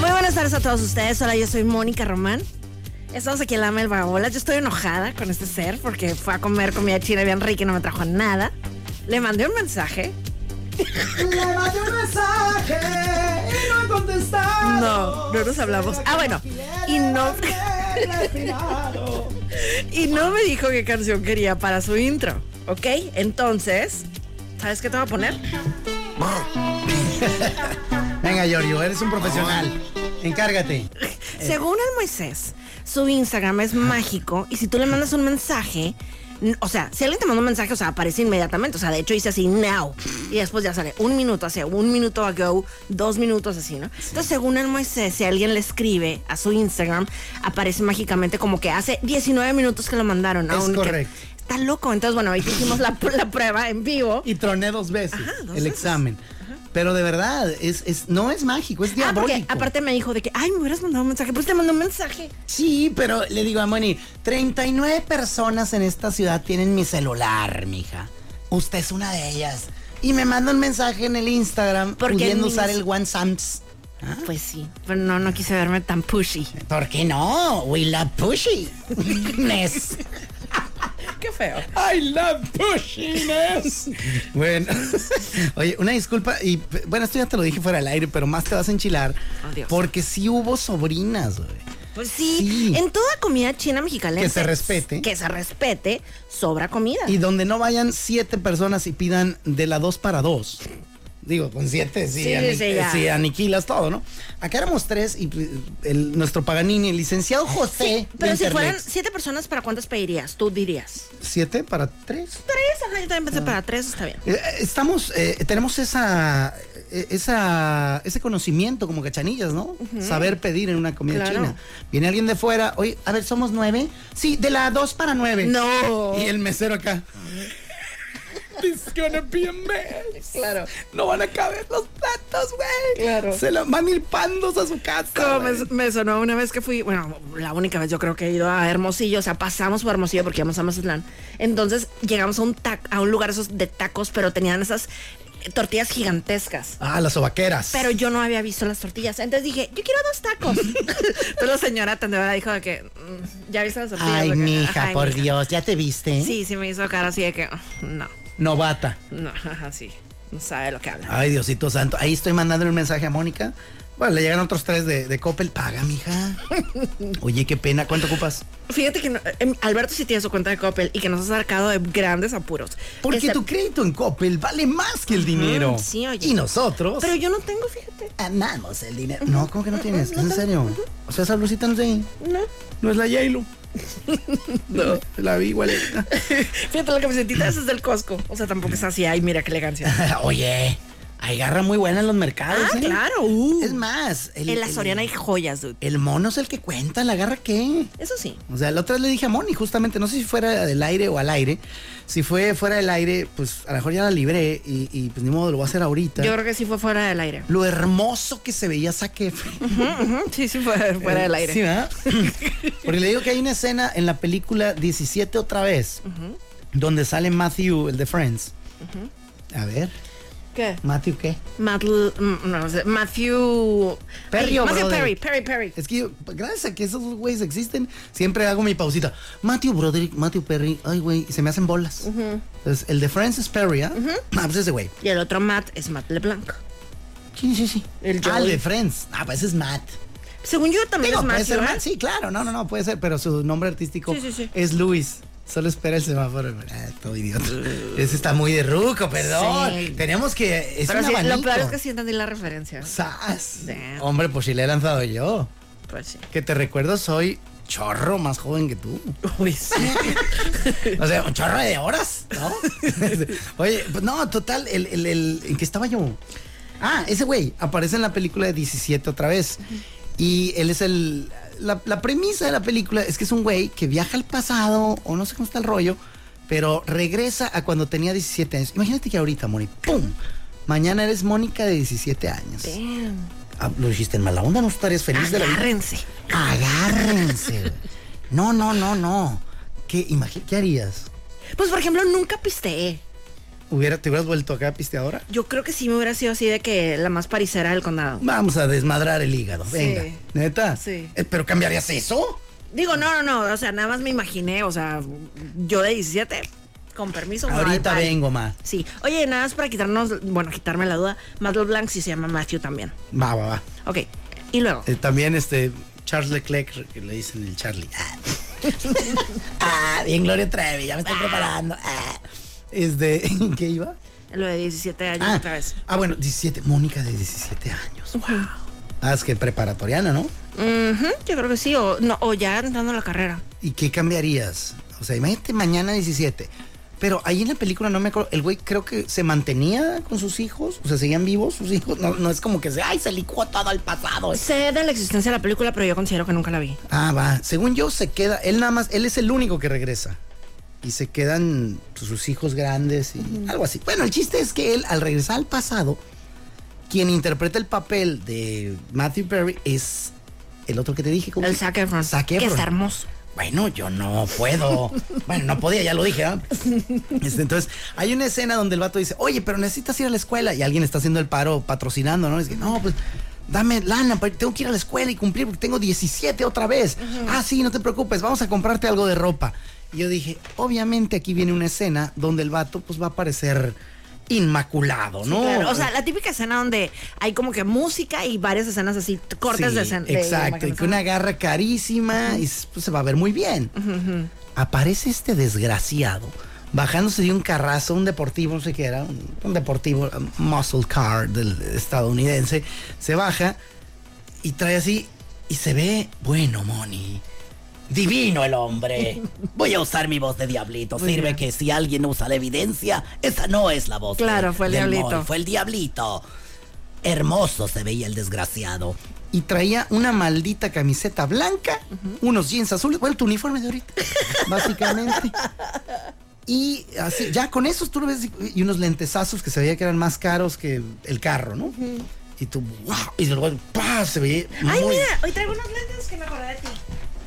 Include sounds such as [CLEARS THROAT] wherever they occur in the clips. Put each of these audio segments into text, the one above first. Muy buenas tardes a todos ustedes. Hola, yo soy Mónica Román. Estamos aquí en la Melba Yo estoy enojada con este ser porque fue a comer comida china bien rica y no me trajo nada. Le mandé un mensaje. Le mandé un mensaje y no he contestado. No, no nos hablamos. Ah, bueno. Y no, [LAUGHS] y no me dijo qué canción quería para su intro. ¿Ok? Entonces, ¿sabes qué te voy a poner? Venga, Yorio, eres un profesional. Encárgate. Eh. Según el Moisés, su Instagram es mágico y si tú le mandas un mensaje, n- o sea, si alguien te manda un mensaje, o sea, aparece inmediatamente. O sea, de hecho hice así now y después ya sale un minuto hace un minuto ago, dos minutos así, ¿no? Entonces, según el Moisés, si alguien le escribe a su Instagram, aparece mágicamente como que hace 19 minutos que lo mandaron. Es aunque- correcto. Está loco. Entonces, bueno, ahí hicimos la, [LAUGHS] la prueba en vivo. Y troné dos veces Ajá, dos el veces. examen. Pero de verdad, es, es, no es mágico, es Ah, diabólico. porque aparte me dijo de que, ay, me hubieras mandado un mensaje. Pues te mandó un mensaje. Sí, pero le digo a Moni, 39 personas en esta ciudad tienen mi celular, mija. Usted es una de ellas. Y me manda un mensaje en el Instagram Porque pudiendo ni- usar el OneSams. Pues sí, pero no, no quise verme tan pushy. ¿Por qué no? We love [LAUGHS] pushiness. Qué feo. I love pushiness. [LAUGHS] bueno, oye, una disculpa. Y p- bueno, esto ya te lo dije fuera del aire, pero más te vas a enchilar. Oh, Dios. porque sí hubo sobrinas, güey. Pues sí, Sí. en toda comida china mexicana. Que se respete. Que se respete, sobra comida. Y donde no vayan siete personas y pidan de la dos para dos. Digo, con siete sí, Sí, ani- sí, ya. sí, aniquilas todo, ¿no? Acá éramos tres y pues, el- nuestro Paganini, el licenciado José. de Pero si Intermex. fueran siete personas, ¿para cuántas pedirías? Tú dirías. ¿Siete para tres? Tres, ajá, yo también pensé para tres, está bien. Eh, Estamos, eh, tenemos esa, eh, esa, ese conocimiento como cachanillas, ¿no? Saber pedir en una comida Claro. china. Viene alguien de fuera, oye, a ver, ¿somos nueve? Sí, de la dos para nueve. No. Y el mesero acá. It's gonna be a mess. Claro. No van a caber los platos, güey. Claro. Se la van a ir pandos a su casa. Como me, güey. me sonó una vez que fui, bueno, la única vez yo creo que he ido a Hermosillo, o sea, pasamos por Hermosillo porque íbamos a Mazatlán. Entonces llegamos a un, tac- a un lugar esos de tacos, pero tenían esas eh, tortillas gigantescas. Ah, las sobaqueras. Pero yo no había visto las tortillas. Entonces dije, yo quiero dos [LAUGHS] tacos. Entonces la señora tendedora dijo de que, "Mm, ¿ya viste las tortillas? Ay, De que, mija, "Ay, por mija". Dios, ¿ya te viste? Sí, sí me hizo cara así de que, "Mm, no, Novata. no, ajá, sí. No sabe de lo que habla. Ay, Diosito santo. Ahí estoy mandándole un mensaje a Mónica. Bueno, le llegan otros tres de, de Coppel. [LAUGHS] Paga, mija. Oye, qué pena. ¿Cuánto ocupas? Fíjate que no- em, Alberto sí tiene su cuenta de Coppel y que nos ha sacado de grandes apuros. Porque Este- tu crédito en Coppel vale más que el dinero. sí, oye. Y nosotros Pero yo no tengo, fíjate. [LAUGHS] amamos el dinero. No, ¿cómo que no tienes? ¿Es en serio? O sea, esa blusita no es de ahí. No. No es [LAUGHS] la Yalo. no, la vi igualita. Fíjate la camiseta esa es del Costco. O sea, tampoco es así. Ay, mira qué elegancia. Oye, hay garra muy buena en los mercados. Ah, ¿eh? claro, uh. Es más, el, En la el- Soriana hay joyas, dude. el mono es el que cuenta, la garra qué. Eso sí. O sea, la otra vez le dije a Moni, justamente, no sé si fuera del aire o al aire. Si fue fuera del aire, pues a lo mejor ya la libré y, y, pues ni modo, lo voy a hacer ahorita. Yo creo que sí fue fuera del [LAUGHS] aire. Lo hermoso que se veía Saquef. Ujú, Sí, sí, fue [LAUGHS] fuera del aire. Eh, Sí, ¿verdad? [LAUGHS] Porque le digo que hay una escena en la película 17 otra vez, donde sale Matthew, el de Friends. A ver, ¿Qué? Matthew, ¿qué? Matl- mm, no, sé, Matthew Perry o Matthew brother. Perry, Perry, Perry. Es que yo, gracias a que esos güeyes existen, siempre hago mi pausita. Matthew Broderick, Matthew Perry, ay güey, y se me hacen bolas. Entonces, el de Francis Perry, ¿ah? Ah, pues ese güey. Y el otro Matt es Matt LeBlanc. Sí, sí, sí. El ah, el Joey. de Friends. Ah, pues ese es Matt. Según yo también Digo, es puede Matthew. ser ¿eh? Matt, sí, claro. No, no, no, puede ser, pero su nombre artístico Sí, sí, sí. es Luis. Solo espera el semáforo. Ah, todo idiota. Ese está muy de ruco, perdón. Sí. Tenemos que. Es Pero un sí, lo abanico. peor es que sí entendí la referencia. ¡Sas! Sí. Hombre, pues si le he lanzado yo. Pues sí. Que te recuerdo, soy chorro más joven que tú. Uy, sí. [LAUGHS] O sea, un chorro de horas, ¿no? [LAUGHS] Oye, pues, no, total, el, el, el- ¿en qué estaba yo? Ah, ese güey aparece en la película de 17 otra vez. Y él es el... La, la premisa de la película es que es un güey que viaja al pasado, o no sé cómo está el rollo, pero regresa a cuando tenía 17 años. Imagínate que ahorita, Moni, ¡pum! Mañana eres Mónica de 17 años. Ah, Lo dijiste en mala onda, no estarías feliz Ah, de la vida. Agárrense. Agárrense. No, no, no, no. ¿Qué, imagi- ¿qué harías? Pues, por ejemplo, nunca pisteé. ¿Hubiera, ¿Te hubieras vuelto acá pisteadora? Yo creo que sí me hubiera sido así de que la más parisera del condado. Vamos a desmadrar el hígado. Venga. ¿Neta? Sí. Eh, ¿Pero cambiarías eso? Digo, no, no, no. O sea, nada más me imaginé. O sea, yo de 17, con permiso. ma, Ahorita bye. vengo, ma. Sí. Oye, nada más para quitarnos, bueno, quitarme la duda. Matt Blanc sí se llama Matthew también. Va, va, va. Ok. Y luego. Eh, también este Charles Leclerc, que le dicen el Charlie. Ah. [LAUGHS] Ah, bien Gloria Trevi, ya me estoy preparando. Ah. Este, ¿en qué iba? Lo de 17 años Ah, otra vez. ah, bueno, 17. Mónica de 17 años. Wow. Ah, es que preparatoriana, ¿no? Ujú, yo creo que sí, o, no, o ya entrando a la carrera. ¿Y qué cambiarías? O sea, imagínate mañana 17. Pero ahí en la película no me acuerdo. El güey creo que se mantenía con sus hijos. O sea, seguían vivos sus hijos. No, no es como que se, ay, se licuó todo el pasado. Sé de la existencia de la película, pero yo considero que nunca la vi. Ah, va. Según yo, se queda. Él nada más, él es el único que regresa. Y se quedan pues, sus hijos grandes y algo así. Bueno, el chiste es que él, al regresar al pasado, quien interpreta el papel de Matthew Perry es el otro que te dije. ¿cómo El se- Zac Efron. Zac Que Efron. está hermoso. Bueno, yo no [LAUGHS] puedo. Bueno, no podía, ya lo dije. ¿ah? Este, entonces, hay una escena donde el vato dice, oye, pero necesitas ir a la escuela. Y alguien está haciendo el paro patrocinando, ¿no? Es que, no, pues, dame lana, pero tengo que ir a la escuela y cumplir porque tengo 17 otra vez. Ah, sí, no te preocupes, vamos a comprarte algo de ropa. Y yo dije, obviamente aquí viene una escena donde el vato, pues, va a parecer inmaculado, ¿no? Claro, o sea, la típica escena donde hay como que música y varias escenas así, t- cortes Sí, de escena. de Exacto, y que una imágenes. garra carísima y s- pues, se va a ver muy bien. Aparece este desgraciado bajándose de un carrazo, un deportivo, no sé qué era, un, un deportivo um, muscle car del estadounidense, se baja y trae así y se ve, bueno, Moni. Divino [LAUGHS] el hombre. Voy a usar mi voz de diablito. Sirve que si alguien usa la evidencia, esa no es la voz. de- Claro, fue el del diablito. Moni, Fue el diablito. Hermoso se veía el desgraciado. Y traía una maldita camiseta blanca, unos jeans azules. Bueno, tu uniforme [LAUGHS] de ahorita, básicamente. Y así, ya con esos tú lo ves y- y unos lentezazos que se veía que eran más caros que el carro, ¿no? Y tú, wow, y luego, pa, se veía. Ay, muy- mira, hoy traigo unos lentes que me acordé de ti.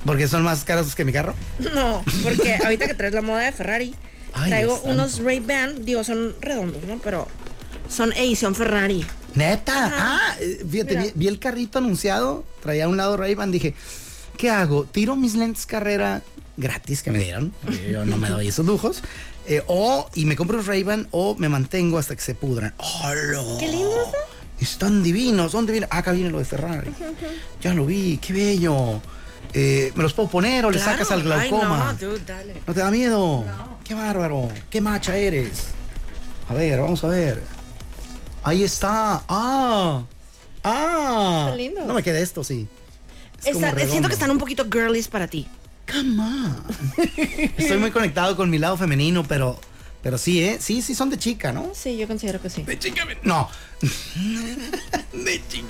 Porque son más caros que mi carro. No, porque ahorita que traes la moda de Ferrari, Ay, traigo Dios santo. unos Ray-Ban, digo, son redondos, ¿no? Pero son edición Ferrari. Neta. Ah, eh, fíjate, Mira. vi, vi el carrito anunciado, traía a un lado Ray-Ban, dije, ¿qué hago? ¿Tiro mis lentes carrera gratis que me dieron? porque Yo no me doy esos lujos. Eh, o, y me compro un Ray-Ban, o me mantengo hasta que se pudran. ¡Hola! Qué lindos, Están divinos, son divinos. Ah, acá viene lo de Ferrari. Ya lo vi, qué bello. Eh, ¿Me los puedo poner o le sacas al Claro. Ay, no, glaucoma? dude, dale. ¿No te da miedo? ¡Qué bárbaro! ¡Qué macha eres! A ver, vamos a ver. Ahí está. ¡Ah! ¡Ah! Está lindo. No me queda esto, sí. Es como Está- siento redondo. que están un poquito girlies para ti. Come on. Estoy muy conectado con mi lado femenino, pero, pero sí, ¿eh? Sí, sí, son de chica, ¿no? Sí, yo considero que sí. De chica. men- No. [LAUGHS] de chica.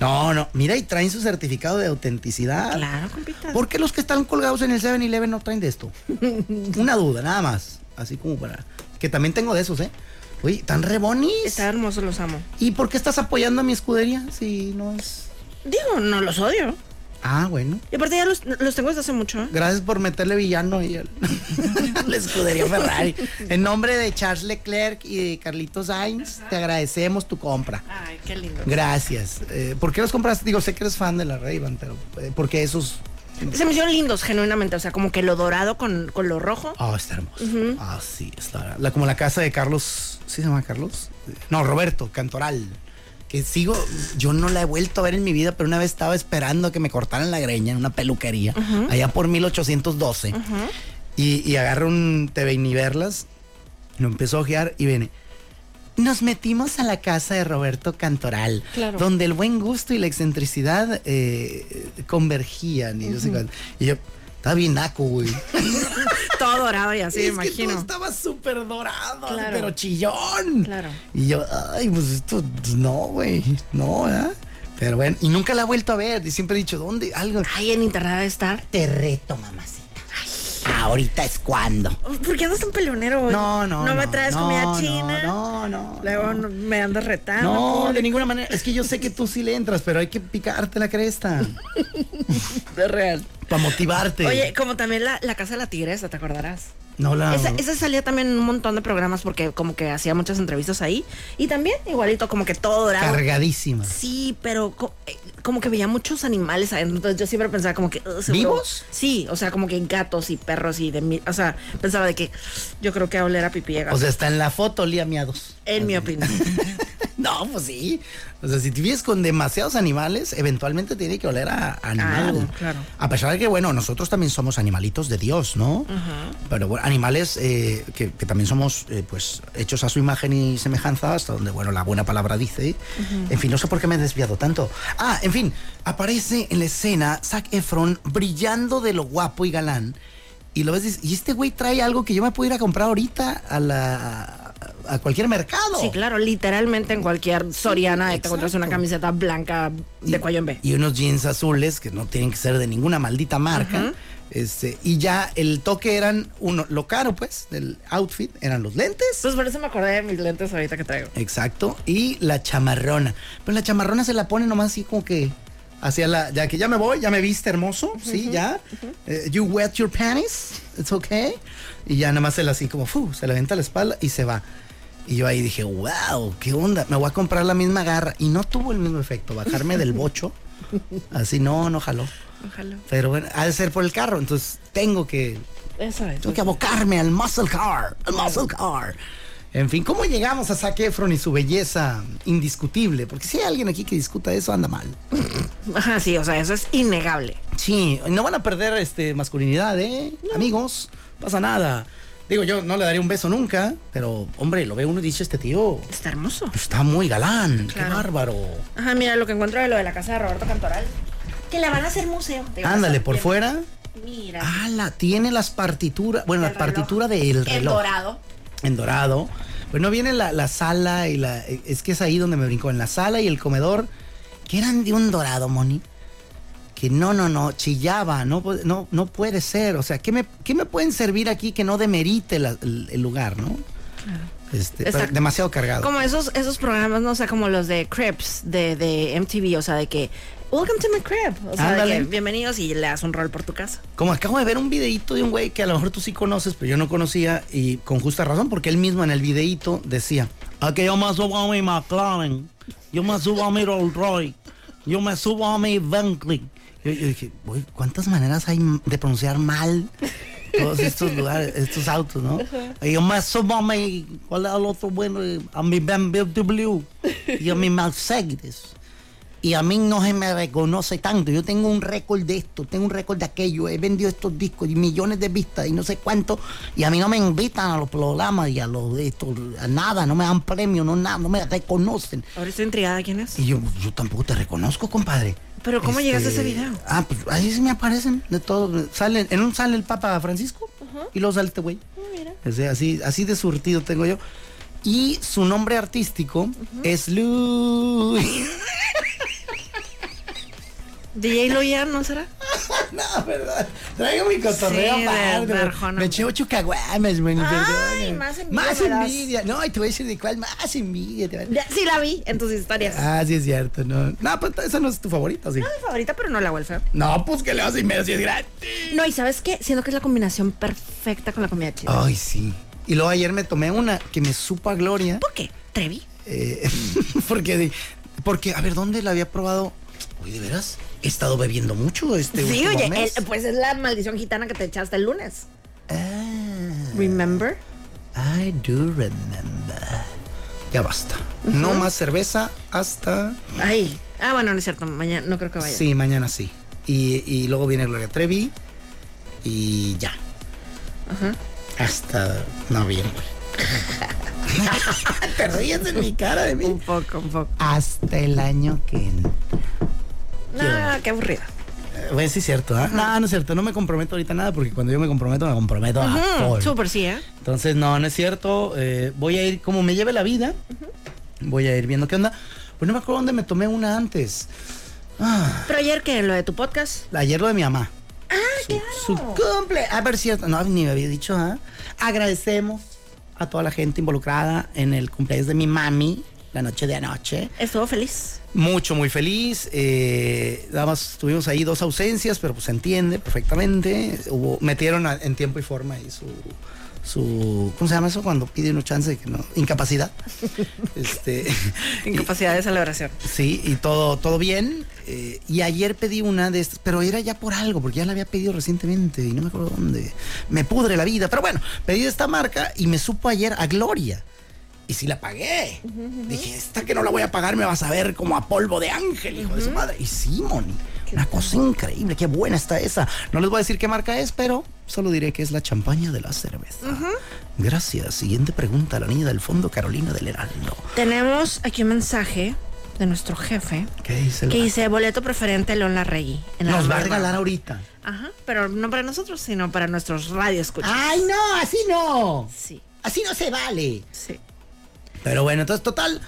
No, no. Mira, y traen su certificado de autenticidad. Claro, compita. ¿Por qué los que están colgados en el 7-Eleven no traen [LAUGHS] de esto? Una duda, nada más. Así como para. Que también tengo de esos, ¿eh? Oye, tan rebonis. Están hermosos, los amo. ¿Y por qué estás apoyando a mi escudería si no es.? Digo, no los odio. Ah, bueno. Y aparte ya los, los tengo desde hace mucho. ¿eh? Gracias por meterle villano ahí al- [LAUGHS] a la escudería Ferrari. En nombre de Charles Leclerc y de Carlitos Sainz, te agradecemos tu compra. Ay, qué lindo. Gracias. Eh, ¿Por qué los compraste? Digo, sé que eres fan de la ray pero eh, ¿por qué esos? Se me hicieron lindos, genuinamente. O sea, como que lo dorado con, con lo rojo. Ah, está hermoso. Ah, sí, está. La, como la casa de Carlos. ¿Sí se llama Carlos? No, Roberto Cantoral. Que sigo, yo no la he vuelto a ver en mi vida, pero una vez estaba esperando que me cortaran la greña en una peluquería, allá por 1812. Y, y agarro un TV y ni verlas, lo empiezo a ojear y viene. Nos metimos a la casa de Roberto Cantoral, Claro. donde el buen gusto y la excentricidad eh, convergían. Y, yo sé cuál. Y yo, está bien naco, güey. Todo dorado y así, Es me que todo imagino. estaba súper dorado, Claro. pero chillón. Claro. Y yo, ay, pues esto, pues, no, güey, no, ¿verdad? Pero bueno, y nunca la he vuelto a ver. Y siempre he dicho, ¿dónde? Algo. Ay, en internet debe estar. Te reto, mamacita. Ahorita es cuando. ¿Por qué andas tan pelonero hoy? No, no. No me traes no, comida no, china. No, no. Luego no. no- me andas retando. No, de público. ninguna manera. Es que yo sé que tú sí le entras, pero hay que picarte la cresta. [LAUGHS] De real. Para motivarte. Oye, como también la, la Casa de la Tigresa, ¿te acordarás? no la. Esa, esa salía también en un montón de programas porque como que hacía muchas entrevistas ahí. Y también igualito, como que todo dorado. cargadísima. Sí, pero co- eh, como que veía muchos animales adentro. Entonces yo siempre pensaba como que... "Ugh, seguro". ¿Vivos? Sí, o sea, como que en gatos y perros y de mí. O sea, pensaba de que yo creo que oler a pipí de gato, O sea, está en la foto, olía a miados. en mi [LAUGHS] opinión. No, pues sí. O sea, si te vives con demasiados animales, eventualmente tiene que oler a animal. algo, claro. A pesar de que, bueno, nosotros también somos animalitos de Dios, ¿no? Pero bueno, animales eh, que, que también somos, eh, pues, hechos a su imagen y semejanza, hasta donde, bueno, la buena palabra dice. En fin, no sé por qué me he desviado tanto. Ah, en fin, aparece en la escena Zac Efron brillando de lo guapo y galán. Y lo ves, y dices, y este güey trae algo que yo me puedo ir a comprar ahorita a la... A cualquier mercado. Sí, claro, literalmente en cualquier Soriana te encuentras una exacto. camiseta blanca de cuello en B. Y unos jeans azules que no tienen que ser de ninguna maldita marca. Este, y ya el toque eran uno, lo caro pues, del outfit, eran los lentes. Pues por eso me acordé de mis lentes ahorita que traigo. Exacto. Y la chamarrona. Pero la chamarrona se la pone nomás así como que hacia la. Ya que ya me voy, ya me viste hermoso. Sí, ya. Eh, you wet your panties. It's okay. Y ya nomás se la así como, fu, se la venta la espalda y se va. Y yo ahí dije, wow, qué onda. Me voy a comprar la misma garra. Y no tuvo el mismo efecto. Bajarme del bocho. Así, no, no jaló. Ojalá. Pero bueno, ha de ser por el carro. Entonces tengo que Eso es. tengo que abocarme al muscle car, al muscle car. En fin, ¿cómo llegamos a Zac Efron y su belleza indiscutible? Porque si hay alguien aquí que discuta eso, anda mal. Ajá, sí, o sea, eso es innegable. Sí, no van a perder este, masculinidad, ¿eh? Amigos, pasa nada. Digo, yo no le daría un beso nunca, pero, hombre, lo ve uno y dice, este tío Está hermoso. está muy galán, qué Claro. bárbaro. Ajá, mira lo que encuentro de lo de la casa de Roberto Cantoral. Que la van a hacer museo. Digo, Ándale, esa- por fuera. Mira. Ala, tiene las partituras, bueno, la El reloj. partitura del reloj. En dorado. en dorado. Pues no viene la, la sala y la. Es que es ahí donde me brincó, en la sala y el comedor, que eran de un dorado, Moni. Que no, no, no, chillaba, no, pu- no, no puede ser. O sea, ¿qué me, qué me pueden servir aquí que no demerite la- el, el lugar, no? Este, pero Exacto. demasiado cargado. Como esos, esos programas, no sé, como los de Cribs de, de MTV, o sea, de que. Welcome to my crib. O sea, de Ándale. que bienvenidos y le das un rol por tu casa. Como acabo de ver un videíto de un güey que a lo mejor tú sí conoces, pero yo no conocía, y con justa razón, porque él mismo en el videíto decía: A que yo me subo a mi McLaren, yo me subo a mi Rolls Royce, yo me subo a mi Bentley. Yo, yo dije: "Güey, ¿cuántas maneras hay de pronunciar mal todos estos lugares, estos autos, no? Yo me subo a mi, ¿cuál era el otro bueno? A mi BMW y a mi Mercedes. Y a mí no se me reconoce tanto. Yo tengo un récord de esto, tengo un récord de aquello. He vendido estos discos y millones de vistas y no sé cuánto. Y a mí no me invitan a los programas y a los de estos, a nada. No me dan premio, no nada, no me reconocen. Ahora estoy intrigada quién es. Y yo, yo tampoco te reconozco, compadre. Pero, ¿cómo llegaste a ese video? Ah, pues ahí sí me aparecen de todo. Salen, en un sale el Papa Francisco y luego sale este güey. Ah, O sea, así, así de surtido tengo yo. Y su nombre artístico es Luis. DJ Loyan, ¿no será? No, verdad. Traigo mi cotorreo Sí, de aparte, güey. barjona, Me güey. eché ocho caguamas, güey. Ay, perdón. más envidia Más me das. envidia. No, y te voy a decir de cuál más envidia. te voy Ya, sí, la vi en tus historias. a- Ah, sí es cierto, no. No, pues esa no es tu favorita, sí. No es mi favorita, pero no la vuelvo. No, pues que le vas a menos si es gratis. No, y ¿sabes qué? Siento que es la combinación perfecta con la comida china. Ay, sí. Y luego ayer me tomé una que me supo a gloria. ¿Por qué? ¿Trevi? eh, [LAUGHS] porque, di- porque, a ver, ¿dónde la había probado? Uy, de veras, he estado bebiendo mucho este Sí, último oye, mes. el- pues es la maldición gitana que te echaste el lunes. Ah. Remember? I do remember. Ya basta. No más cerveza hasta. Ay. Ah, bueno, no es cierto. Mañana no creo que vaya. Sí, mañana sí. Y, y luego viene Gloria Trevi. Y ya. Hasta. No, bien, güey. [LAUGHS] Te ríes en mi cara de mí. Un poco, un poco. Hasta el año que entra. No, qué aburrido. Eh, Bueno, sí es cierto, ¿ah? No, no es cierto, no me comprometo ahorita a nada porque cuando yo me comprometo, me comprometo a Mm, full. Súper, sí, ¿eh? Entonces, no, no es cierto. eh, voy a ir como me lleve la vida. Voy a ir viendo qué onda. Pues no me acuerdo dónde me tomé una antes. Ah, Pero ayer que lo de tu podcast. ayer lo de mi mamá. Ah, su, su cumple. A ver, cierto. No, ni me había dicho, ¿ah? Agradecemos a toda la gente involucrada en el cumpleaños de mi mami, la noche de anoche. Estuvo feliz. Mucho, muy feliz. eh, nada más tuvimos ahí dos ausencias, pero pues se entiende perfectamente. Hubo, metieron a- en tiempo y forma ahí su, su. ¿Cómo se llama eso? Cuando pide una chance de que no. Incapacidad. este. Incapacidad de celebración. Sí, y todo, todo bien. eh, y ayer pedí una de estas, pero era ya por algo, porque ya la había pedido recientemente y no me acuerdo dónde. Me pudre la vida, pero bueno, pedí de esta marca y me supo ayer a Gloria. Y sí la pagué. Dije, esta que no la voy a pagar me vas a ver como a polvo de ángel, hijo de su madre. Y sí, Moni, una cosa increíble, qué buena está esa. No les voy a decir qué marca es, pero solo diré que es la champaña de la cerveza. Gracias. Siguiente pregunta, la niña del fondo, Carolina del Heraldo. Tenemos aquí un mensaje de nuestro jefe ¿Qué dice el que vato? dice boleto preferente León Larregui. en la Nos va a Barba. regalar ahorita. Ajá, pero no para nosotros, sino para nuestros radioescuchas. ¡Ay, no! ¡Así no! Sí, ¡Así no se vale! sí. Pero bueno, entonces, total.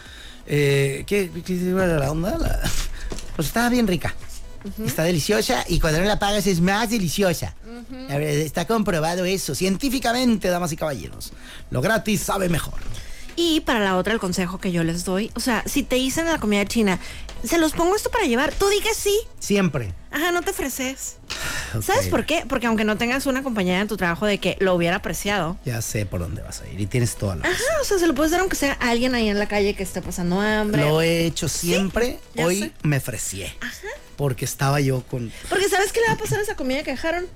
eh, ¿Qué qué iba la onda? La- pues estaba bien rica. Está deliciosa y cuando no la pagas es más deliciosa. La verdad, está comprobado eso científicamente, damas y caballeros. Lo gratis sabe mejor. Y para la otra, el consejo que yo les doy, o sea, si te dicen en la comida china, se los pongo esto para llevar, tú di que sí. Siempre. Ajá, no te ofreces. Ok. ¿Sabes por qué? Porque aunque no tengas una compañera en tu trabajo de que lo hubiera apreciado. Ya sé por dónde vas a ir y tienes toda la... Ajá, o sea, se lo puedes dar aunque sea a alguien ahí en la calle que está pasando hambre. Lo he hecho siempre. ya Hoy sé. me ofrecié. Porque estaba yo con... Porque ¿sabes qué le va a pasar a esa comida que dejaron?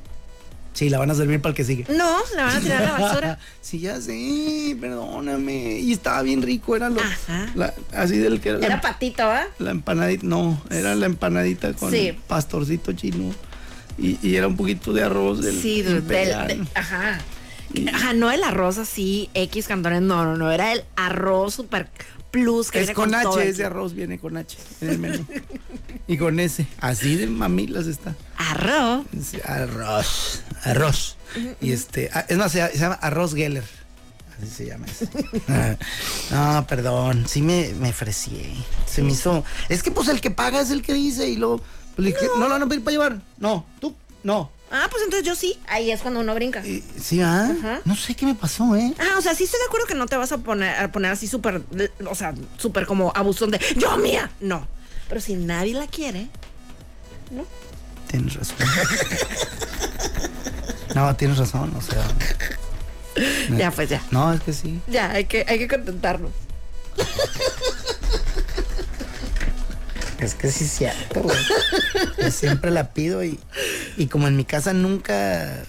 Sí, la van a servir para el que sigue. No, la van a tirar a la [LAUGHS] basura. Sí, ya sé, perdóname. Y estaba bien rico, era lo. Ajá. la- así del que era. la- Era patito, ¿ah? ¿va? la empanadita, no, era la empanadita con Sí. pastorcito chino. Y, y era un poquito de arroz del Sí, del, imperial. del- ajá. Ajá, no el arroz así, X cantones, no, no, no, era el arroz super plus que Es viene con, todo H, el- ese arroz viene con H en el menú. y con S. Así de mamilas está. Arroz. Es Arroz. Arroz. Y este, ah, es más, se, se llama arroz Geller. Así se llama ese. Ah, no, perdón. Sí me, me ofrecí. ¿eh? Se me hizo. Es que pues el que paga es el que dice y luego. pues, le dije, no. lo van a pedir para llevar. No, tú, no. Ah, pues entonces yo sí. Ahí es cuando uno brinca. Y- sí, ¿ah? Ajá. No sé qué me pasó, ¿eh? Ah, o sea, sí estoy de acuerdo que no te vas a poner, a poner así súper, de- o sea, súper como abusón de yo mía. No. Pero si nadie la quiere, Tienes razón. no, tienes razón, o sea. ya pues ya. No, es que sí. Ya, hay que, hay que contentarnos. Es que sí es cierto, güey. Yo siempre la pido y, y como en mi casa nunca,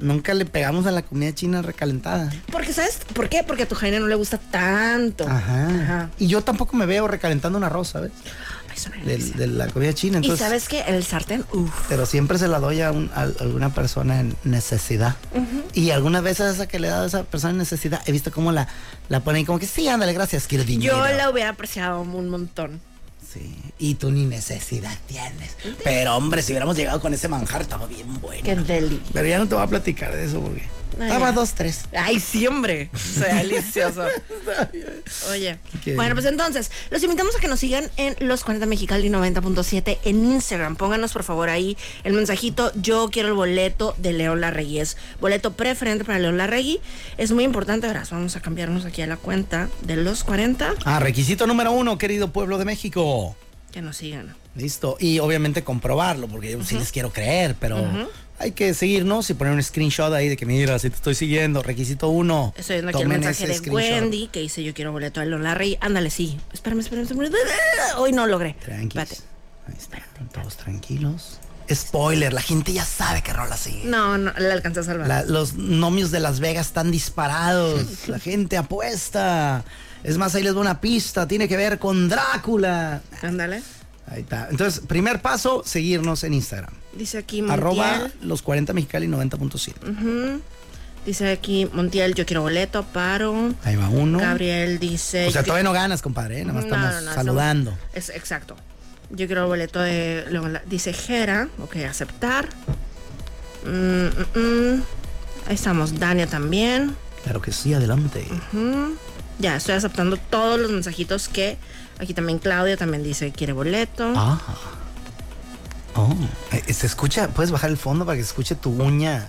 nunca le pegamos a la comida china recalentada. Porque, ¿sabes por qué? Porque a tu Jaina no le gusta tanto. Ajá. Ajá. Y yo tampoco me veo recalentando un arroz, ¿sabes? Ay, es una De, delicia. de la comida china. y Entonces, sabes que el sartén, uff. Pero siempre se la doy a, un- a alguna persona en necesidad. Y algunas veces esa que le he dado a esa persona en necesidad, he visto cómo la, la ponen como que sí, ándale, gracias, quiero dinero. Yo la hubiera apreciado un montón. Sí. Y tú ni necesidad tienes. Pero hombre, si hubiéramos llegado con ese manjar, estaba bien bueno. Qué deli. Pero ya no te voy a platicar de eso porque. Ah, Estaba ya. dos, tres. Ay, siempre. Soy [LAUGHS] delicioso. Oye. ¿Qué? Bueno, pues entonces, los invitamos a que nos sigan en los 40 Mexicali 90.7 en Instagram. Pónganos, por favor, ahí el mensajito. Yo quiero el boleto de León Larregui. Es boleto preferente para León Larregui. Es muy importante. Verás, vamos a cambiarnos aquí a la cuenta de los 40. Ah, requisito número uno, querido pueblo de México. Que nos sigan. Listo. Y obviamente comprobarlo, porque yo sí les quiero creer, pero hay que seguirnos y poner un screenshot ahí de que mira, si te estoy siguiendo, requisito uno. Estoy viendo aquí el Tomen mensaje ese de screenshot. Wendy que dice yo quiero boleto a León Larregui. Ándale, sí. Espérame, espérame, espérame. Hoy no logré. Tranquilos. Espérate. Ahí está. Todos tranquilos. Spoiler, la gente ya sabe que rola sigue. No, no, la alcancé a salvar. La- los nomios de Las Vegas [LAUGHS] están disparados. La gente apuesta. Es más, ahí les doy una pista. Tiene que ver con Drácula. Ándale. Ahí está. Entonces, primer paso, seguirnos en Instagram. Dice aquí Arroba Montiel. los 40 Mexicali 90.7. Dice aquí, Montiel, yo quiero boleto, paro. Ahí va uno. Gabriel dice. O sea, yo- todavía no ganas, compadre, ¿eh? nada más No, estamos no, no, saludando. Es, exacto. Yo quiero el boleto de. luego la- Dice Jera. Ok, aceptar. Mm, mm, mm. Ahí estamos. Dania también. Claro que sí, adelante. Ya, estoy aceptando todos los mensajitos que. Aquí también Claudia también dice quiere boleto. Ah. Oh. Eh, Se escucha, puedes bajar el fondo para que se escuche tu [LAUGHS] uña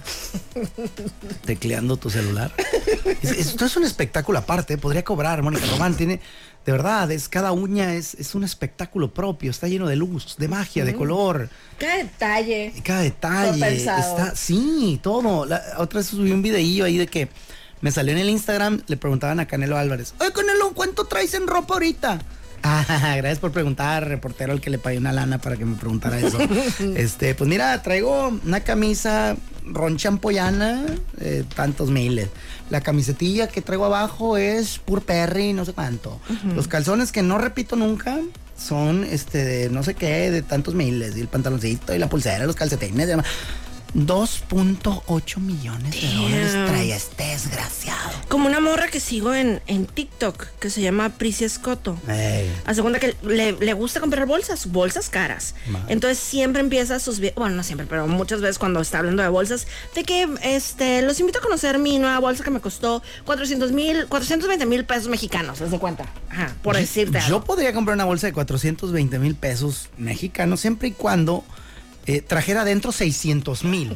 tecleando tu celular. Es- esto es un espectáculo aparte, podría cobrar, Mónica Román. Tiene, de verdad, es cada uña es, es un espectáculo propio, está lleno de luz, de magia, de color. Cada detalle. Y cada detalle Todo pensado. está sí todo la otra vez subí un videillo ahí de que me salió en el Instagram le preguntaban a Canelo Álvarez oye Canelo cuánto traes en ropa ahorita [LAUGHS] Ah, gracias por preguntar, reportero al que le pagué una lana para que me preguntara [LAUGHS] eso. este, pues mira, traigo una camisa ron champoyana, eh, tantos miles. La camisetilla que traigo abajo es Pur Perry, no sé cuánto. Los calzones que no repito nunca, son este de no sé qué, de tantos miles, y el pantaloncito, y la pulsera, los calcetines, y demás. 2.8 millones de dólares Damn. trae este desgraciado. Como una morra que sigo en, en TikTok que se llama Prisia Escoto. Hace cuenta que le, le gusta comprar bolsas, bolsas caras. Madre. Entonces siempre empieza sus vi- bueno, no siempre, pero muchas veces cuando está hablando de bolsas, de que este los invito a conocer mi nueva bolsa que me costó 400 mil, 420 mil pesos mexicanos, haz de cuenta. Ajá, por decirte. Yo algo. podría comprar una bolsa de 420 mil pesos mexicanos siempre y cuando eh, trajera adentro [LAUGHS] 600 mil.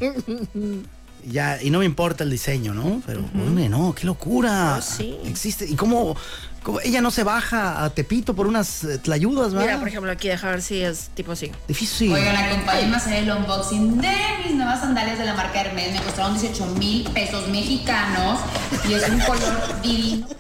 Ya, y no me importa el diseño, ¿no? Pero, hombre, no, qué locura. Ah, sí. Existe. ¿Y cómo, cómo ella no se baja a Tepito por unas eh, tlayudas, ¿verdad? Mira, por ejemplo, aquí deja ver si es tipo así. Difícil. Oigan, acompáñenme a hacer el unboxing de mis nuevas sandalias de la marca Hermes. Me costaron 18 mil pesos mexicanos y es [LAUGHS] un color divino. [LAUGHS]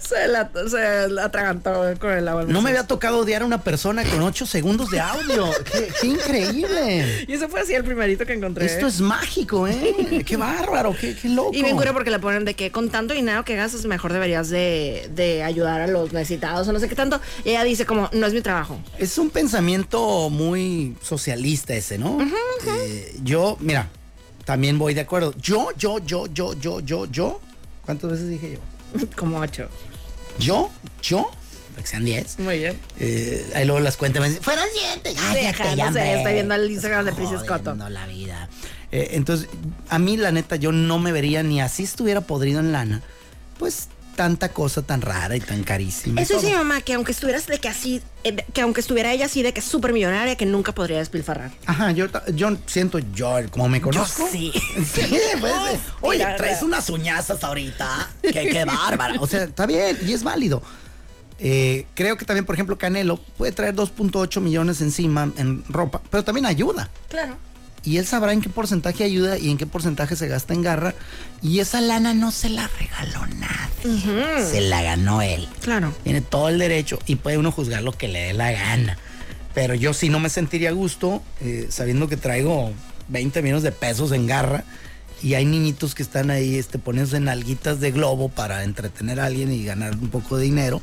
Se la, se la atragantó con el agua. No me había tocado odiar a una persona con 8 segundos de [LAUGHS] audio. ¡Qué, qué increíble! Y eso fue así el primerito que encontré. Esto es mágico, ¿eh? [LAUGHS] ¡Qué bárbaro! ¡Qué, qué loco! Y bien cura porque le ponen de que con tanto dinero que gastas, mejor deberías de, de ayudar a los necesitados o no sé qué tanto. Y ella dice como, no es mi trabajo. Es un pensamiento muy socialista ese, ¿no? Eh, yo, mira, también voy de acuerdo. Yo, yo, yo, yo, yo, yo, yo. ¿Cuántas veces dije yo? Como ocho. Yo, yo. Que sean 10. Muy bien. Eh, ahí luego las cuentas me dicen, fueron siete. Deja, Cállate, no ya, sé, hombre. estoy viendo el Instagram de Precious Jodiendo Cotto. la vida. Eh, entonces, a mí la neta, yo no me vería ni así estuviera podrido en lana. Pues tanta cosa tan rara y tan carísima. y Eso dice todo. mi mamá, que aunque estuvieras de que así, eh, de- que aunque estuviera ella así de que súper millonaria, que nunca podría despilfarrar. Ajá, yo, ta- yo siento yo, como me conozco. sí. [LAUGHS] Sí, pues, eh, oye, mira, traes mira. unas uñazas ahorita. Qué, qué bárbara. O sea, está bien y es válido. Eh, creo que también, por ejemplo, Canelo puede traer 2.8 millones encima en ropa, pero también ayuda. Claro. y él sabrá en qué porcentaje ayuda y en qué porcentaje se gasta en garra. Y esa lana no se la regaló nadie, se la ganó él. Claro. Tiene todo el derecho y puede uno juzgar lo que le dé la gana. Pero yo sí no me sentiría a gusto eh, sabiendo que traigo 20 millones de pesos en garra y hay niñitos que están ahí este, poniéndose en alguitas de globo para entretener a alguien y ganar un poco de dinero.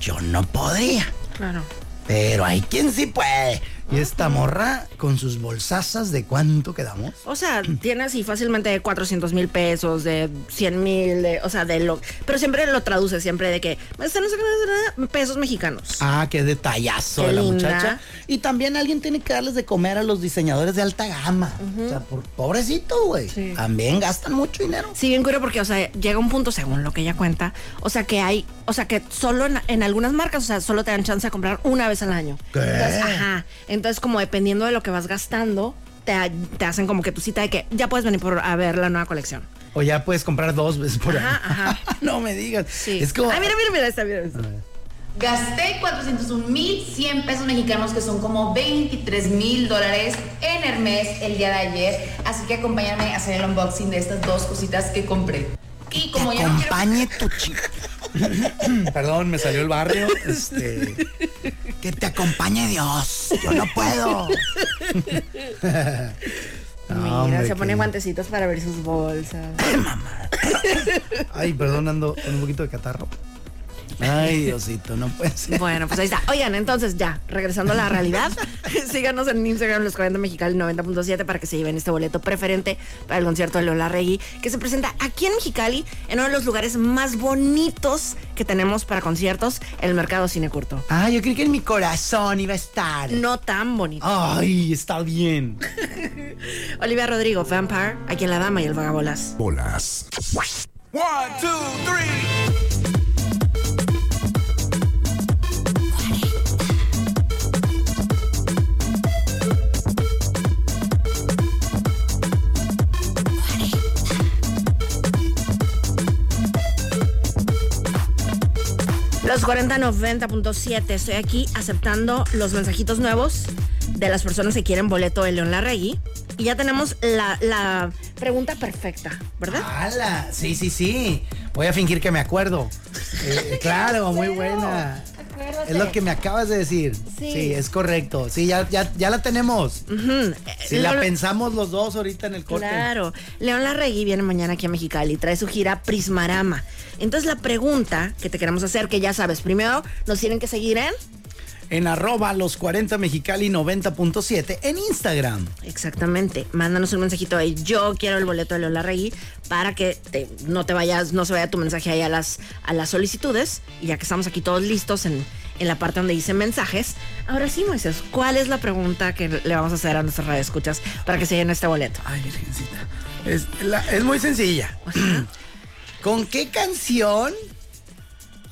Yo no podría. Claro. Pero hay quien sí puede. Y esta morra con sus bolsazas de cuánto quedamos. O sea, tiene así fácilmente de 400 mil pesos, de 100 mil, de- o sea, de lo... Pero siempre lo traduce, siempre de que, "Este "Me están sacando pesos mexicanos. Ah, qué detallazo Qué de la linda. muchacha. Y también alguien tiene que darles de comer a los diseñadores de alta gama. O sea, por, pobrecito, güey. Sí. También gastan mucho dinero. Sí, bien cura porque, o sea, llega un punto, según lo que ella cuenta, o sea, que hay, o sea, que solo en, en algunas marcas, o sea, solo te dan chance de comprar una vez al año. ¿Qué? Entonces, ajá. Entonces, como dependiendo de lo que vas gastando, te, ha- te hacen como que tu cita de que ya puedes venir por a ver la nueva colección. O ya puedes comprar dos veces por Ajá, año. ajá. [LAUGHS] no me digas. Sí. Es como. Ah, mira, mira, mira, esta, mira, esta. Gasté 401 mil 100 pesos mexicanos, que son como 23 mil dólares en Hermes el día de ayer. Así que acompáñame a hacer el unboxing de estas dos cositas que compré. Y como que ya no quiero acompañe tu chica. [LAUGHS] Perdón, me salió el barrio. Este, que te acompañe Dios. Yo no [LAUGHS] puedo. [LAUGHS] Mira, Ah, hombre, se pone qué- guantecitos para ver sus bolsas. Ay, perdón, ando con un poquito de catarro. [LAUGHS] Ay, Diosito, no puede ser. Bueno, pues ahí está. Oigan, entonces ya, regresando a la realidad, [LAUGHS] síganos en Instagram los 40 Mexicali 90.7 para que se lleven este boleto preferente para el concierto de Lola Regui, que se presenta aquí en Mexicali, en uno de los lugares más bonitos que tenemos para conciertos, el Mercado Cine Curto. Ah, yo creí que en mi corazón iba a estar. No tan bonito. Ay, está bien. Olivia Rodrigo, Vampire, aquí en La Dama y el Vagabolas. Bolas. One, two, three. Los 4090.7. Estoy aquí aceptando los mensajitos nuevos de las personas que quieren boleto de León Larregui. Y ya tenemos la, la pregunta perfecta, ¿verdad? ¡Hala! Sí, sí, sí. Voy a fingir que me acuerdo. [LAUGHS] Eh, claro, muy buena. Es lo que me acabas de decir. Sí, Mm. es correcto. Sí, ya, ya, ya la tenemos. Ujú. Si Eh, la León- pensamos los dos ahorita en el corte. Claro. León Larregui viene mañana aquí a Mexicali y trae su gira Prismarama. Entonces la pregunta que te queremos hacer, que ya sabes, primero nos tienen que seguir en... En arroba los 40 mexicali 90.7 en Instagram. Exactamente. Mándanos un mensajito ahí. Yo quiero el boleto de Lola Regui para que te- no te vayas, no se vaya tu mensaje ahí a las, a las solicitudes. Y ya que estamos aquí todos listos en, en la parte donde dice mensajes, ahora sí, Moisés, ¿cuál es la pregunta que le vamos a hacer a nuestras escuchas para que se llene este boleto? Ay, virgencita. Es, la- es muy sencilla. [CLEARS THROAT] ¿Con qué canción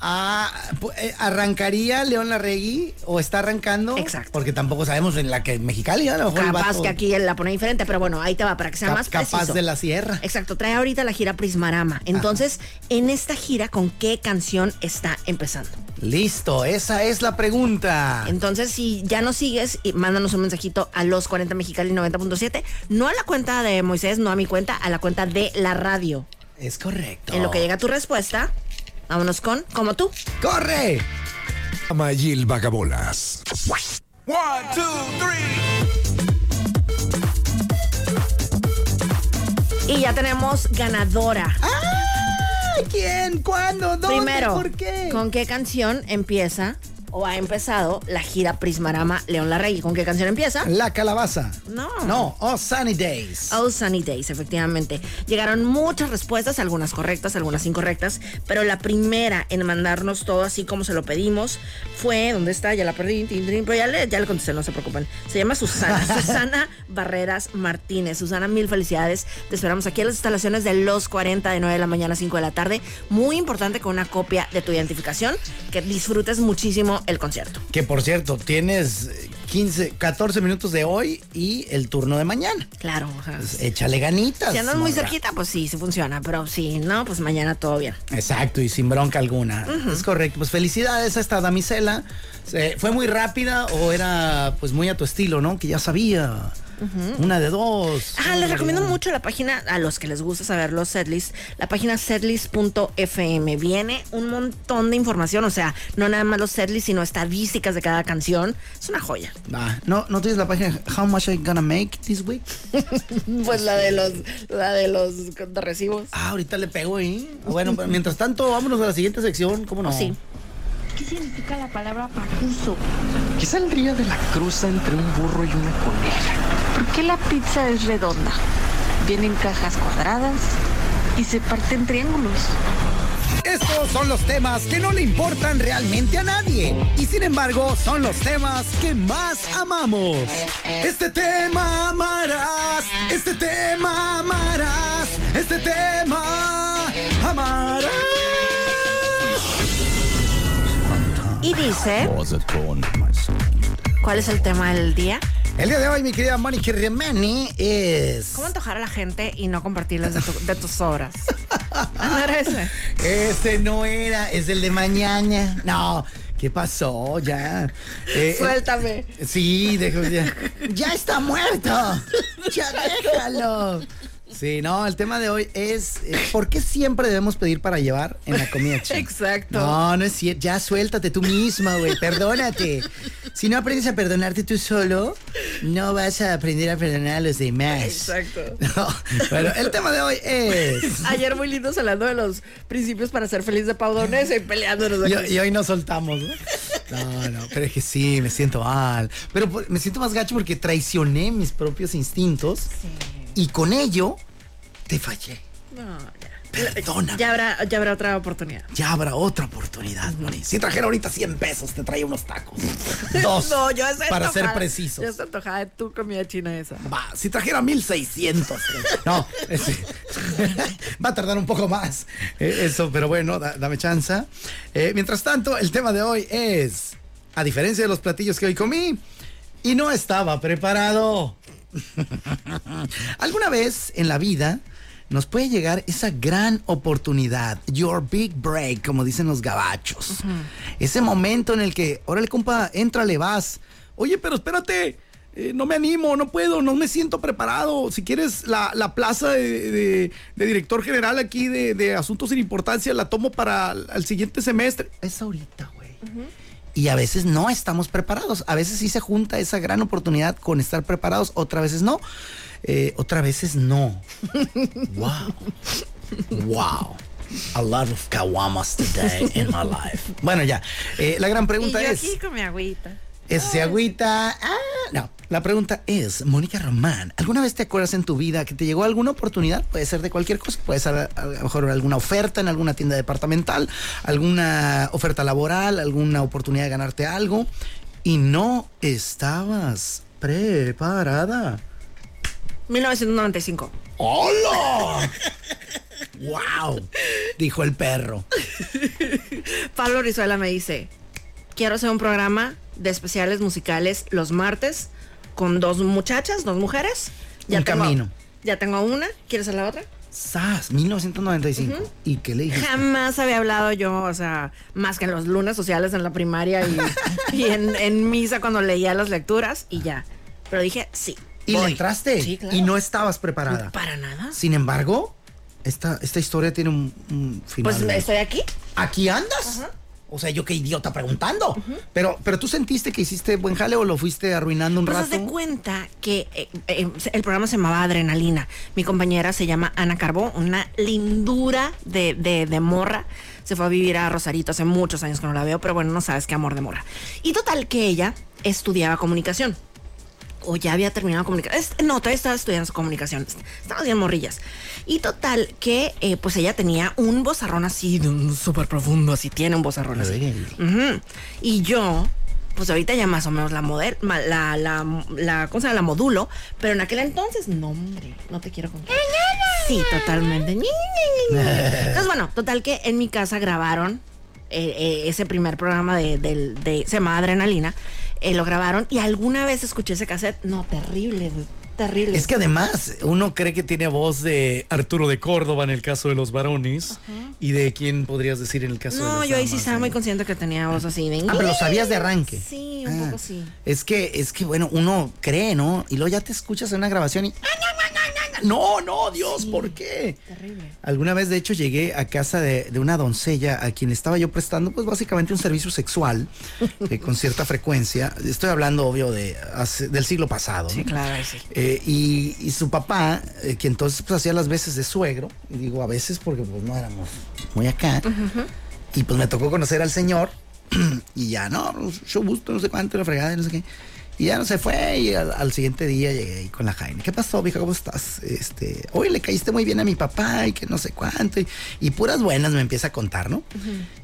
ah, pu- eh, arrancaría León Larregui o está arrancando? Exacto. Porque tampoco sabemos en la que Mexicali, a lo mejor el Capaz vato que aquí él la pone diferente, pero bueno, ahí te va para que sea cap- más capaz preciso. de la sierra. Exacto, trae ahorita la gira Prismarama. Entonces, en esta gira, ¿con qué canción está empezando? Listo, esa es la pregunta. Ah. Entonces, si ya nos sigues, y mándanos un mensajito a los 40 Mexicali 90.7, no a la cuenta de Moisés, no a mi cuenta, a la cuenta de la radio. Es correcto. En lo que llega tu respuesta, vámonos con como tú. ¡Corre! Dama y el Vagabolas. One, two, three. Y ya tenemos ganadora. ¡Ay! ¿Quién? ¿Cuándo? Ah, ¿Dónde? Primero, ¿Por qué? ¿con qué canción empieza o ha empezado la gira Prismarama León Larregui? ¿Con qué canción empieza? La calabaza. No. No, Oh Sunny Days. Oh, Sunny Days, efectivamente. Llegaron muchas respuestas, algunas correctas, algunas incorrectas, pero la primera en mandarnos todo así como se lo pedimos fue, ¿dónde está? Ya la perdí, tin, tin, pero ya le, ya le contesté, no se preocupen. Se llama [LAUGHS] Susana, Susana Barreras Martínez. Susana, mil felicidades. Te esperamos aquí en las instalaciones de los 40 de 9 de la mañana a 5 de la tarde. Muy importante con una copia de tu identificación, que disfrutes muchísimo el concierto. Que por cierto, tienes eh, 15, 14 minutos de hoy y el turno de mañana. Claro, o sea, Pues échale ganitas. si andas muy morra. cerquita, pues sí, sí funciona, pero si no, pues mañana todo bien. Exacto, y sin bronca alguna. Es correcto. Pues felicidades a esta damisela. Se- ¿Fue muy rápida o era pues muy a tu estilo, no? Que ya sabía. Una de dos. Ah, les recomiendo mucho la página, a los que les gusta saber los setlists, la página setlist.fm. Viene un montón de información, o sea, no nada más los setlists, sino estadísticas de cada canción. Es una joya. Ah, no, no tienes la página How much I gonna make this week. Pues la de los, la de los recibos. Ah, ahorita le pego ahí. [LAUGHS] Bueno, pero mientras tanto, vámonos a la siguiente sección, ¿cómo no? Oh, Sí. ¿Qué significa la palabra pacuso? ¿Qué saldría de la cruza entre un burro y una coneja? ¿Por qué la pizza es redonda? Viene en cajas cuadradas y se parte en triángulos. Estos son los temas que no le importan realmente a nadie y sin embargo son los temas que más amamos. Este tema amarás, este tema amarás, este tema amarás. Y dice, ¿cuál es el tema del día? El día de hoy mi querida Mónica Remani es... ¿Cómo antojar a la gente y no compartirles de, tu- de tus obras? Ah, ¿no era ese? Este no era, es el de mañana. No, ¿qué pasó ya? Eh, Suéltame. eh, sí, dejo- ya, ya está muerto. Ya déjalo. Sí, no, el tema de hoy es eh, ¿por qué siempre debemos pedir para llevar en la comida china? Exacto. No, no es cierto. Ya suéltate tú misma, güey. Perdónate. Si no aprendes a perdonarte tú solo, no vas a aprender a perdonar a los demás. Exacto. No, bueno, el tema de hoy es. Ayer muy lindos hablando de los principios para ser feliz de Pau Donés y peleándonos. Y, aquí. y hoy nos soltamos, ¿no? No, no, pero es que sí, me siento mal. Pero por- me siento más gacho porque traicioné mis propios instintos y con ello te fallé. No, ya. Perdóname. Ya habrá, ya habrá otra oportunidad. Ya habrá otra oportunidad, Moni. Si trajera ahorita 100 pesos, te traía [LAUGHS] unos tacos. Dos. No, yo estoy Para antojada. ser precisos. Yo estoy antojada de tu comida china esa. Va, si trajera 1600. No, este, [LAUGHS] va a tardar un poco más. eh, eso, pero bueno, da- dame chance. Eh, mientras tanto, el tema de hoy es, a diferencia de los platillos que hoy comí, y no estaba preparado. ¿Alguna vez en la vida nos puede llegar esa gran oportunidad, your big break, como dicen los gabachos? Ese momento en el que, órale, compa, le vas. Oye, pero espérate, eh, no me animo, no puedo, no me siento preparado. Si quieres la, la plaza de, de- de director general aquí de, de Asuntos sin Importancia, la tomo para el el siguiente semestre. Es ahorita, güey. Y a veces no estamos preparados. A veces sí se junta esa gran oportunidad con estar preparados, otras veces no. Eh, otras veces no. [LAUGHS] wow. Wow. A lot of kawamas today in my life. Bueno, ya. Eh, la gran pregunta y yo es. aquí con mi agüita. Es se agüita. Ah, no. La pregunta es, Mónica Román, ¿alguna vez te acuerdas en tu vida que te llegó alguna oportunidad? Puede ser de cualquier cosa, puede ser a, a lo mejor alguna oferta en alguna tienda departamental, alguna oferta laboral, alguna oportunidad de ganarte algo y no estabas preparada. 1995. [LAUGHS] ¡Hola! ¡Wow! Dijo el perro. Pablo Rizuela me dice, quiero hacer un programa de especiales musicales los martes con dos muchachas, dos mujeres. Un camino. Ya tengo una, ¿quieres ser la [LAUGHS] otra? ¡Sas! 1995. ¿Y qué le dijiste? Jamás había hablado yo, o sea, más que en los lunes sociales en la primaria [LAUGHS] y, y en, en misa cuando leía las lecturas y ya. Pero dije, sí. Y le voy. entraste Sí, claro. y no estabas preparada. Para nada. Sin embargo, esta, esta historia tiene un, un final. Pues estoy aquí. Aquí andas. O sea, yo qué idiota preguntando. Pero, pero tú sentiste que hiciste buen jale o lo fuiste arruinando un Pues haz rato. de cuenta que eh, eh, el programa se llamaba Adrenalina. Mi compañera se llama Ana Carbó, una lindura de, de- de morra. Se fue a vivir a Rosarito hace muchos años que no la veo, pero bueno, no sabes qué amor de morra. Y total que ella estudiaba comunicación. O ya había terminado comunicación. No, todavía estaba estudiando su comunicación. Estamos bien morrillas. Y total que eh, pues ella tenía un vozarrón así, de un súper profundo, así tiene un vozarrón así. Ay. Ujú. Y yo, pues ahorita ya más o menos la model, ma- la, la, la, ¿cómo se llama? La modulo, pero en aquel entonces, no, hombre, no te quiero contar. Sí, totalmente. Ñi, ñi, ñi, ñi. Entonces, bueno, total que en mi casa grabaron eh, eh, ese primer programa de, del- de- se llama Adrenalina, eh, lo grabaron y alguna vez escuché ese cassette, no, terrible, güey, terrible. Es que además uno cree que tiene voz de Arturo de Córdoba en el caso de los varones y de quién podrías decir en el caso de no, las yo ahí sí damas, estaba ¿no? muy consciente que tenía voz así de... Ah, pero lo sabías de arranque. Sí, un Ah, poco sí. Es que, es que, bueno, uno cree, ¿no? Y luego ya te escuchas en una grabación y. "Ah, No, no, Dios, ¿por qué? Terrible. Alguna vez, de hecho, llegué a casa de, de una doncella a quien estaba yo prestando, pues básicamente un servicio sexual [LAUGHS] eh, con cierta frecuencia. Estoy hablando, obvio, de hace- del siglo pasado. Sí, ¿no? claro, ahí sí. Eh, y, y su papá, eh, que entonces pues, hacía las veces de suegro, y digo a veces porque pues no éramos muy acá, y pues me tocó conocer al señor, [CLEARS THROAT] y ya no, yo gusto, no sé cuánto, la fregada, y no sé qué. Y ya no se fue, y al, al siguiente día llegué ahí con la Jaime. ¿Qué pasó, vieja? ¿Cómo estás? Este, hoy le caíste muy bien a mi papá, y que no sé cuánto, y, y puras buenas me empieza a contar, ¿no?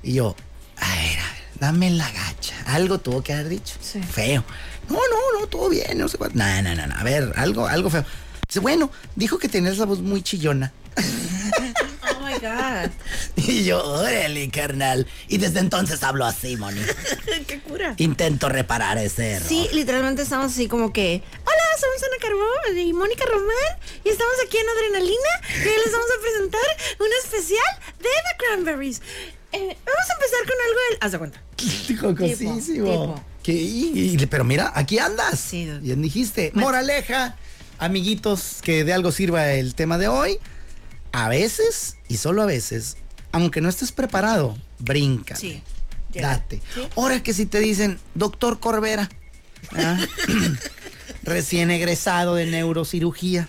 Y yo, a ver, a ver, dame la gacha. Algo tuvo que haber dicho. Feo. No, no, no, todo bien, no sé cuánto. No, no, no, no, a ver, algo, algo feo. Dice, bueno, dijo que tenías la voz muy chillona. [LAUGHS] Oh, my God. Y yo, órale, carnal. Y desde entonces hablo así, Moni. [LAUGHS] Qué cura. Intento reparar ese error. Sí, literalmente estamos así como que, hola, somos Ana Carbó y Mónica Román y estamos aquí en Adrenalina y hoy les vamos a presentar un especial de The Cranberries. Eh, vamos a empezar con algo del... Haz de cuenta. Jocosísimo. tipo. Que- y- y- pero mira, aquí andas. Sí. Bien dijiste. Moraleja, amiguitos, que de algo sirva el tema de hoy. A veces, y solo a veces, aunque no estés preparado, brinca. Sí, llega. Date. Sí. Ahora que si te dicen, doctor Corbera, [LAUGHS] ¿ah? recién egresado de neurocirugía.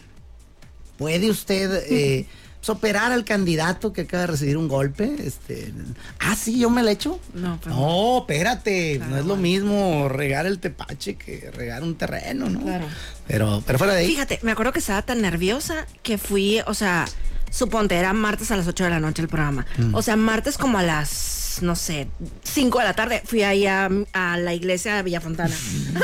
¿Puede usted eh, pues, operar al candidato que acaba de recibir un golpe? Este, ah, sí, yo me la echo. No, pues pero- no espérate, no es lo Ah, bueno. mismo regar el tepache que regar un terreno, ¿no? Claro. Pero, pero fuera de ahí. Fíjate, me acuerdo que estaba tan nerviosa que fui, o sea, suponte, era martes a las 8 de la noche el programa. O sea, martes como a las, no sé, 5 de la tarde, fui ahí a, a la iglesia de Villafontana.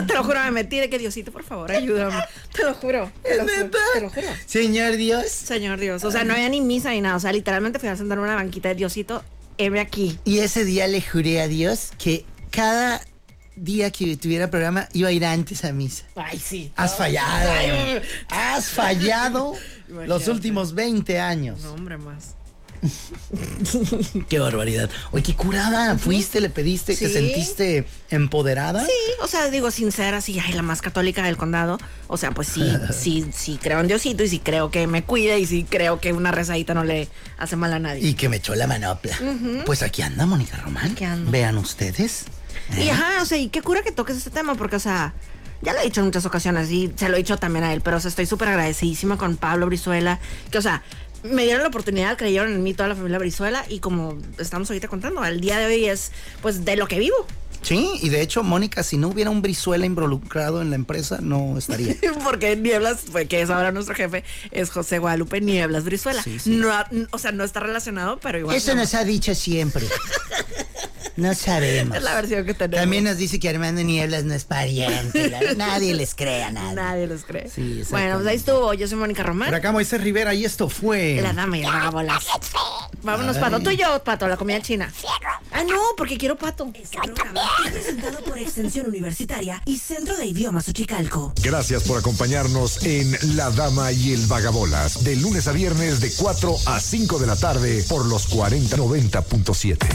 te lo juro, me metí de que Diosito, por favor, ayúdame. Te lo juro. Te lo, ju- te lo juro. Señor Dios. Señor Dios. O sea, no había ni misa ni nada. O sea, literalmente fui a sentarme en una banquita de Diosito, heme aquí. Y ese día le juré a Dios que cada día que tuviera programa iba a ir antes a misa. Ay, sí. Has fallado. has fallado los Imagínate. últimos 20 años. No, hombre, más. Qué barbaridad. Oye, qué curada. Fuiste, le pediste, te Sí. sentiste empoderada. Sí, o sea, digo, sincera, sí, ay, la más católica del condado. O sea, pues [LAUGHS] sí, sí, sí creo en Diosito y sí creo que me cuida y sí creo que una rezadita no le hace mal a nadie. Y que me echó la manopla. Pues aquí anda Mónica Román. Aquí ando. Vean ustedes. ¿Eh? Y ajá, o sea, y qué cura que toques este tema, porque, o sea, ya lo he dicho en muchas ocasiones y se lo he dicho también a él, pero, o sea, estoy súper agradecidísima con Pablo Brizuela, que, o sea, me dieron la oportunidad, creyeron en mí toda la familia Brizuela y como estamos ahorita contando, al día de hoy es, pues, de lo que vivo. [LAUGHS] Sí, y de hecho, Mónica, si no hubiera un Brizuela involucrado en la empresa, no estaría. Porque Nieblas, fue- que es ahora nuestro jefe, es José Guadalupe Nieblas Brizuela. No, ha- o sea, no está relacionado, pero igual. [LAUGHS] Eso nos ha dicho siempre. No sabemos. Es la versión que tenemos. También nos dice que Armando Nieblas no es pariente. [LAUGHS] La- Nadie les crea nada. Nadie los cree. Sí, exactamente. bueno, pues ahí estuvo. Yo soy Mónica Román. Por acá Moisés Rivera y esto fue... La dama y la bolas. Vámonos, pato. Tú y yo, pato, a la comida china. Ah, no, porque quiero pato. Fue presentado por Extensión Universitaria y Centro de Idiomas Uchicalco. Gracias por acompañarnos en La Dama y el Vagabolas, de lunes a viernes de 4 a 5 de la tarde por los 4090.7.